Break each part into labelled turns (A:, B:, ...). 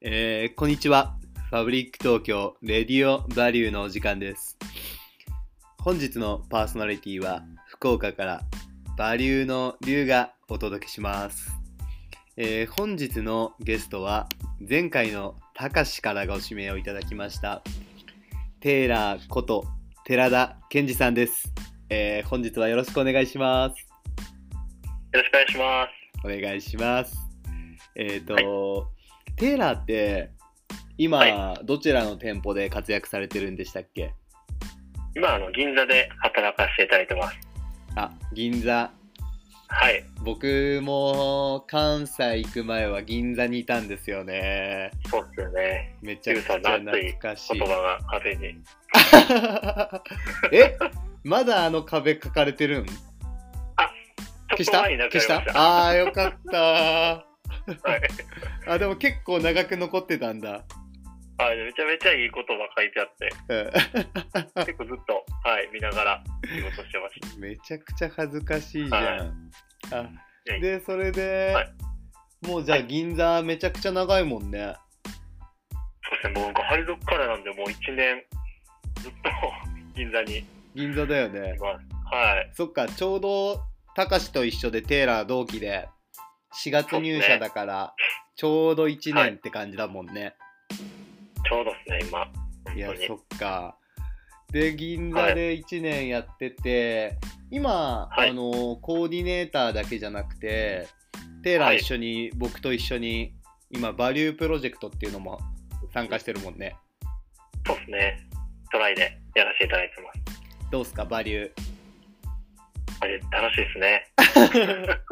A: えーこんにちは。ファブリック東京レディオバリューのお時間です。本日のパーソナリティは福岡からバリューの龍がお届けします。えー本日のゲストは前回のたかしからご指名をいただきましたテーラーこと寺田健二さんです、えー本日はよろしくお願いします。
B: よろしくお願いします。
A: お願いします。えっ、と、
B: は
A: テーラーって今、
B: は
A: どちらの店舗で活躍されてるんでしたっけ
B: 今、あの、銀座で働かせていただいてます。
A: あ銀座
B: はい。
A: 僕も関西行く前は銀座にいたんですよね
B: そうっすよね。
A: めちゃくちゃ懐かしい
B: 言葉が壁に。
A: えまだあの壁書かれてるん消
B: ち
A: し
B: ょっと
A: た
B: 前になっちゃ
A: 消
B: い
A: した
B: ました。
A: ああーよかった
B: はい。
A: あでも結構長く残ってたんだ、
B: あめちゃめちゃいい言葉書いてあって、
A: うん
B: 結構ずっと、はい、見ながら仕事してまし
A: めちゃくちゃ恥ずかしいじゃん。あ
B: いや
A: で、それで、
B: はい
A: もうじゃあ
B: はい
A: 銀座めちゃくちゃ長いもんね。
B: た。そうですね、もう僕、配属からなんで、もう1年、ずっと銀座にい
A: 銀座だよね。
B: ます。はい。
A: そっか、ちょうど、たかしと一緒でテーラー同期で、4月入社だから、ちょうど1
B: はい
A: 年って感じだもんね。
B: ちょうどですね、今。本
A: い、や
B: 当、に。
A: そっか。で、銀座で1年やってて、今、
B: はい
A: あの、コーディネーターだけじゃなくて、テーラー一緒に、僕と一緒に、今、バリュープロジェクトっていうのも参加してるもんね。
B: そうですね。トライでやらせていただいてます。
A: どうすか、バリュー。
B: あれ、楽しいです ね。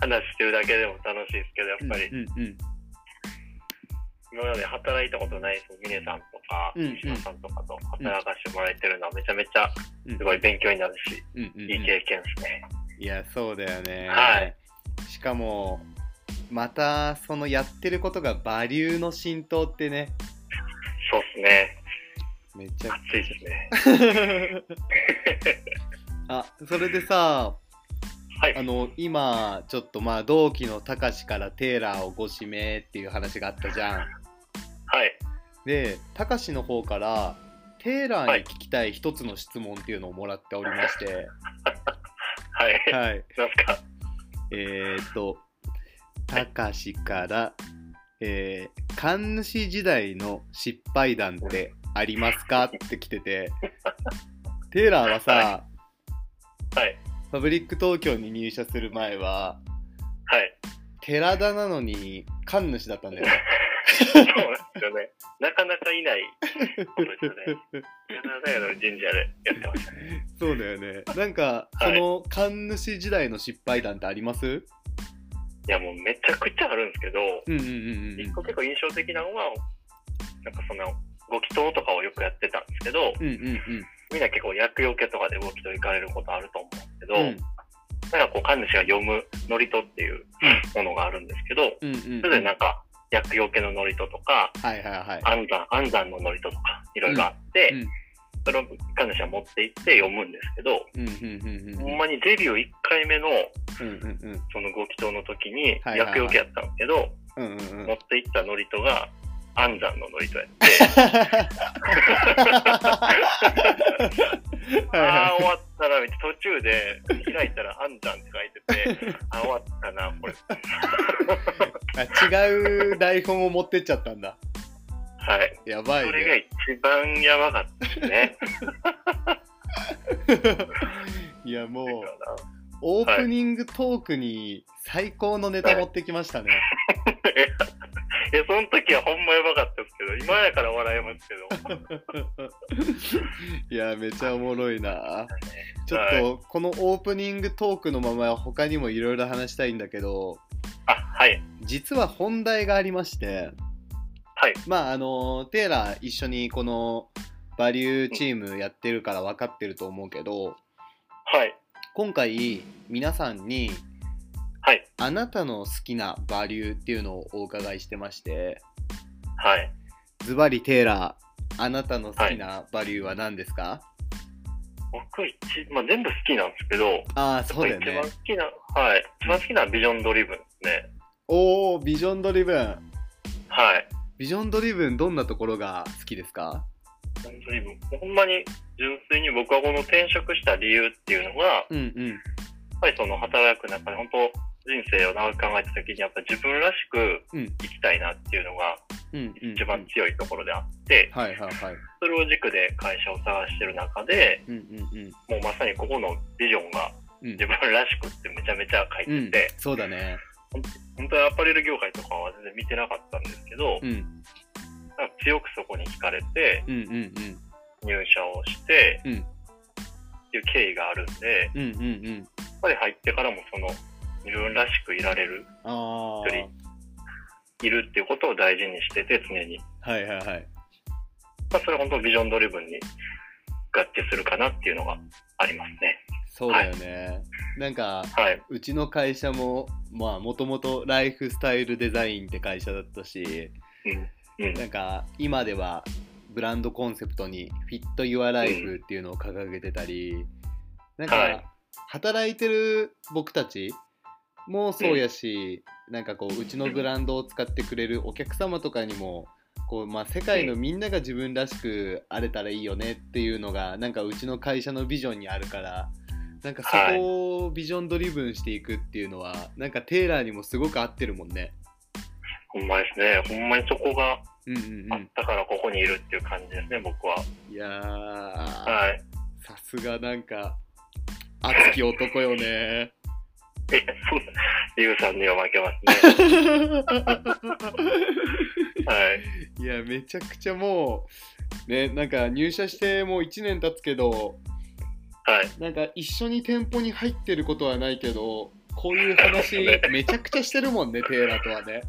B: 話してるだけでも楽しいですけど、やっぱ
A: うん
B: り、
A: うん
B: 今まで働いたことないミネさんとか、
A: うんうん
B: 石野さんとかと働かせてもらえてるのはめちゃめちゃ
A: うん
B: すごい勉強になるし、
A: うんうんうん
B: いい経験ですね。
A: いやそうだよね、
B: はい
A: しかもまたそのやってることがバリューの浸透ってね
B: そうですね。
A: めちゃ
B: 熱いですね。
A: あそれでさ
B: はい
A: あ。の今ちょっとまあ同期のたかしからテーラーをご指名っていう話があったじゃん
B: はい。
A: でたかしの方からテーラーに聞きたい一つの質問っていうのをもらっておりまして、
B: はい。
A: はい、
B: なんすか
A: えー、と、たかしから、えー、神主時代の失敗談ってありますかって来て て、テーラーはさ、
B: はい。
A: パブリック東京に入社する前は、
B: はい。
A: 寺田なのに神主だったんだよね。
B: そうなんですよね。なかなかいないことですよ ね。山田屋の神社でやってましたね。
A: そうだよね。なんか、そ
B: はい
A: の神主時代の失敗談ってあります
B: いや、もうめちゃくちゃあるんですけど、
A: うんうんうん
B: 一個結構印象的なのは、なんかその、ご祈祷とかをよくやってたんですけど、
A: うん。うんうんうん。
B: みんな結構薬用系とかで動きと行かれることあると思うんですけど、
A: うん
B: なんかこう神主が読む祝詞っていうものがあるんですけど、
A: うんうん
B: それでなんか薬用系の祝詞とか、
A: はいはいはい。
B: 安産、安産の祝詞とかいろいろあって、
A: うんうん
B: それを神主が持って行って読むんですけど、
A: うんうんうんうん
B: ほんまにデビュー1回目の
A: うんうんうん
B: そのご祈祷の時に
A: はいはいはい
B: 薬用系やったんですけど、
A: うんうんうん
B: 持って行った祝詞が安産の祝詞やっ
A: はいはい
B: ああ、終わったな、みたいな途中で開いたら、あんちゃんって書い てて、あー終わったな、これ。
A: あ違う台本を持ってっちゃったんだ。
B: はい。
A: やばい
B: それが
A: ね。
B: 一番やばかったです ね。
A: いやもう
B: だから
A: オープニングトークに最高のネタ持ってきましたね。
B: いや、その時はほんまやばかったですけど、今やから笑えますけ ど、
A: いやめちゃおもろいな。ちょ
B: は
A: っとこのオープニングトークのまま他にもいろいろ話したいんだけど
B: あ、はい、
A: 実は本題がありまして
B: はい、
A: まああのテーラー一緒にこのバリューチームやってるから分かってると思うけど、
B: はい、
A: 今回皆さんに
B: はい、
A: あなたの好きなバリューっていうのをお伺いしてまして
B: はい。
A: ズバリテーラーあなたの好きなバリューは何ですか、
B: 僕一、まあ、全部好きなんですけど、
A: ああそうだよ
B: 一番
A: ね
B: 好きな、はい、一番好きなのはビジョンドリブンですね。
A: おおビジョンドリブン
B: ははい。
A: ビジョンドリブンどんなところが好きですか
B: 本当に僕ほんまに純粋に僕はこの転職した理由っていうのが、やっ
A: うんうん。
B: ぱりその働く中で本当人生を長く考えた時にやっぱ自分らしく
A: うん
B: 生きたいなっていうのが
A: うんうん、
B: 一番強いところであって、
A: はいはいはい。
B: それを軸で会社を探してる中で、
A: うんうんうん。
B: もうまさにここのビジョンが
A: うん
B: 自分らしくってめちゃめちゃ書
A: う
B: いて
A: ん
B: て、、
A: そうだね。
B: 本当にアパレル業界とかは全然見てなかったんですけど、
A: うん
B: なんか強くそこに惹かれて
A: うんうんうん。
B: 入社をして、
A: うん
B: っていう経緯があるんで、やっ
A: うんうんうん。
B: ぱり入ってからもその自分らしくいられる、
A: あ
B: 一人いるっていうことを大事にしてて常に。
A: あ。はいはいはい。
B: まあ、それは本当ビジョンドリブンに合致するかなっていうのがありますね。
A: そうだよね。なんか、
B: はい。
A: うちの会社も、まあ、もともとライフスタイルデザインって会社だったし、
B: うん。うん。
A: なんか、今では、ブランドコンセプトに、フィット・ユア・ライフっていうのを掲げてたり、なん
B: は
A: か
B: い、
A: 働いてる僕たちもそうやし、なんかこう、うちのブランドを使ってくれるお客様とかにも、こうまあ、世界のみんなが自分らしくあれたらいいよねっていうのがなんかうちの会社のビジョンにあるからなんかそこをビジョンドリブンしていくっていうのは、なんかテイラーにもすごく合ってるもんね。
B: ほんまですね。ほんまにそこが
A: うんうん
B: あ
A: う
B: っ
A: ん。
B: たからここにいるっていう感じですね、僕は。
A: いやー、
B: はい。
A: さすがなんか熱き男よ ね。
B: え、そんな、リュウさんには負けます ね。はい。
A: いやめちゃくちゃもうねなんか入社してもう1年経つけど
B: はい。
A: なんか一緒に店舗に入ってることはないけどこういう話めちゃくちゃしてるもんねテイラーとはね。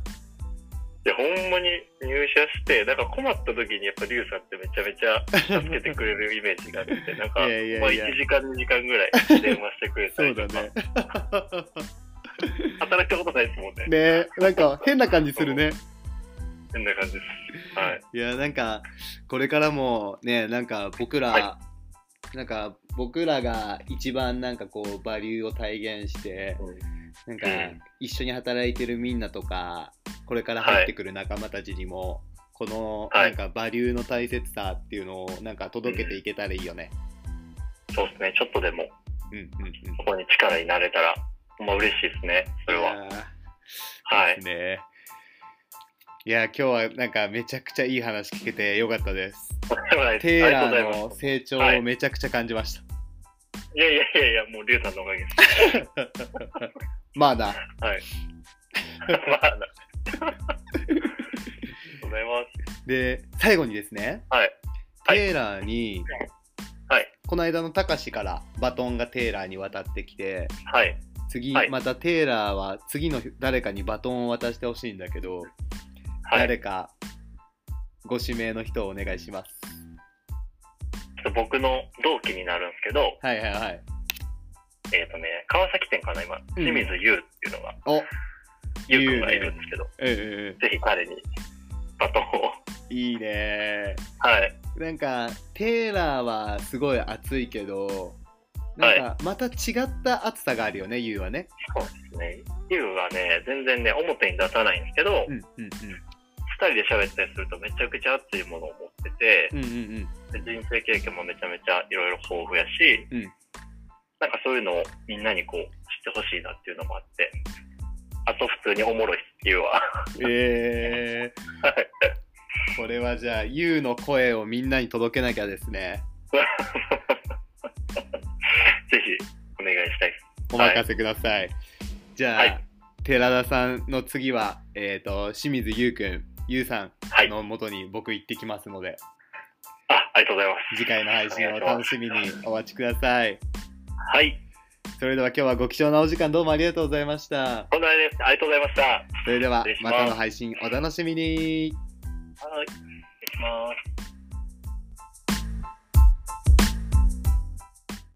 B: で、ほんまに入社して、なんか困った時にやっぱリュウさんってめちゃめちゃ助けてくれるイメージがあって、なん か、
A: いやいやいや
B: まあ1時間、2時間ぐらい電話してくれた
A: そう
B: りと
A: だ
B: か、
A: ね。
B: 働いたことないですもんね。
A: ねなんか変な感じするね。
B: 変な感じです。はい。
A: いやなんかこれからもねなんか僕ら、
B: は
A: なんか僕らが一番なんかこうバリューを体現してなんか
B: うん
A: 一緒に働いてるみんなとかこれから入ってくる仲間たちにも、この
B: は
A: ないんかバリューの大切さっていうのをなんか届けていけたらいいよね。
B: そうですね。ちょっとでも、
A: うんうんうん。
B: ここに力になれたら、ほんま嬉しいですね。それは。
A: いやー
B: はい
A: ですね。いやー今日はなんかめちゃくちゃいい話聞けてよかったです。
B: はい
A: テイ
B: ありがと
A: ラ
B: うございま
A: ー
B: す
A: の。成長をめちゃくちゃ感じました。
B: いやいやいやいや、もうリュウさんのおかげです。
A: まあな。
B: はい。まあ、ありがとうございます。
A: で、最後にですね、
B: はい。はい
A: テイラーに、
B: はい。
A: この間のたかしからバトンがテイラーに渡ってきて、
B: はい。
A: 次、
B: はい
A: またテイラーは次の誰かにバトンを渡してほしいんだけど、
B: はい。
A: 誰かご指名の人をお願いします。
B: ちょっと僕の同期になるんですけど、
A: はいはいはい。
B: えっ、とね、川崎店かな、今、清水優っていうのが、
A: お、
B: 優、くんがいるんですけど、
A: うんうんう
B: ぜひ彼にバトンを。
A: ん、いいね
B: はい。
A: なんかテイラーはすごい熱いけどなんかまた違った熱さがあるよね、ユウはね。
B: そうですね。優はね、全然ね、表に出さないんですけど、
A: うん
B: 二、
A: うん
B: 人で喋ったりするとめちゃくちゃ熱いものを持ってて
A: う、んうんうん
B: で人生経験もめちゃめちゃいろいろ豊富やし、
A: うん
B: なんかそういうのをみんなにこう知ってほしいなっていうのもあって、あと普通におもろいっていうは、
A: うん。えー、 これはじゃあユウの声をみんなに届けなきゃですね。
B: ぜひお願いしたいです。
A: お任せください。じゃあ、
B: はい
A: 寺田さんの次は、えー、と清水優くん、優さ
B: はい
A: ん。の元に僕行ってきますので、
B: あ、ありがとうございます。
A: 次回の配信を楽しみにお待ちください。
B: はい。
A: それでは今日はご貴重なお時間どうもありがとうございました。
B: こんなです。ありがとうございました。は
A: それでは
B: 失礼し
A: ま
B: ます
A: たの配信お楽しみに。
B: い。失礼します。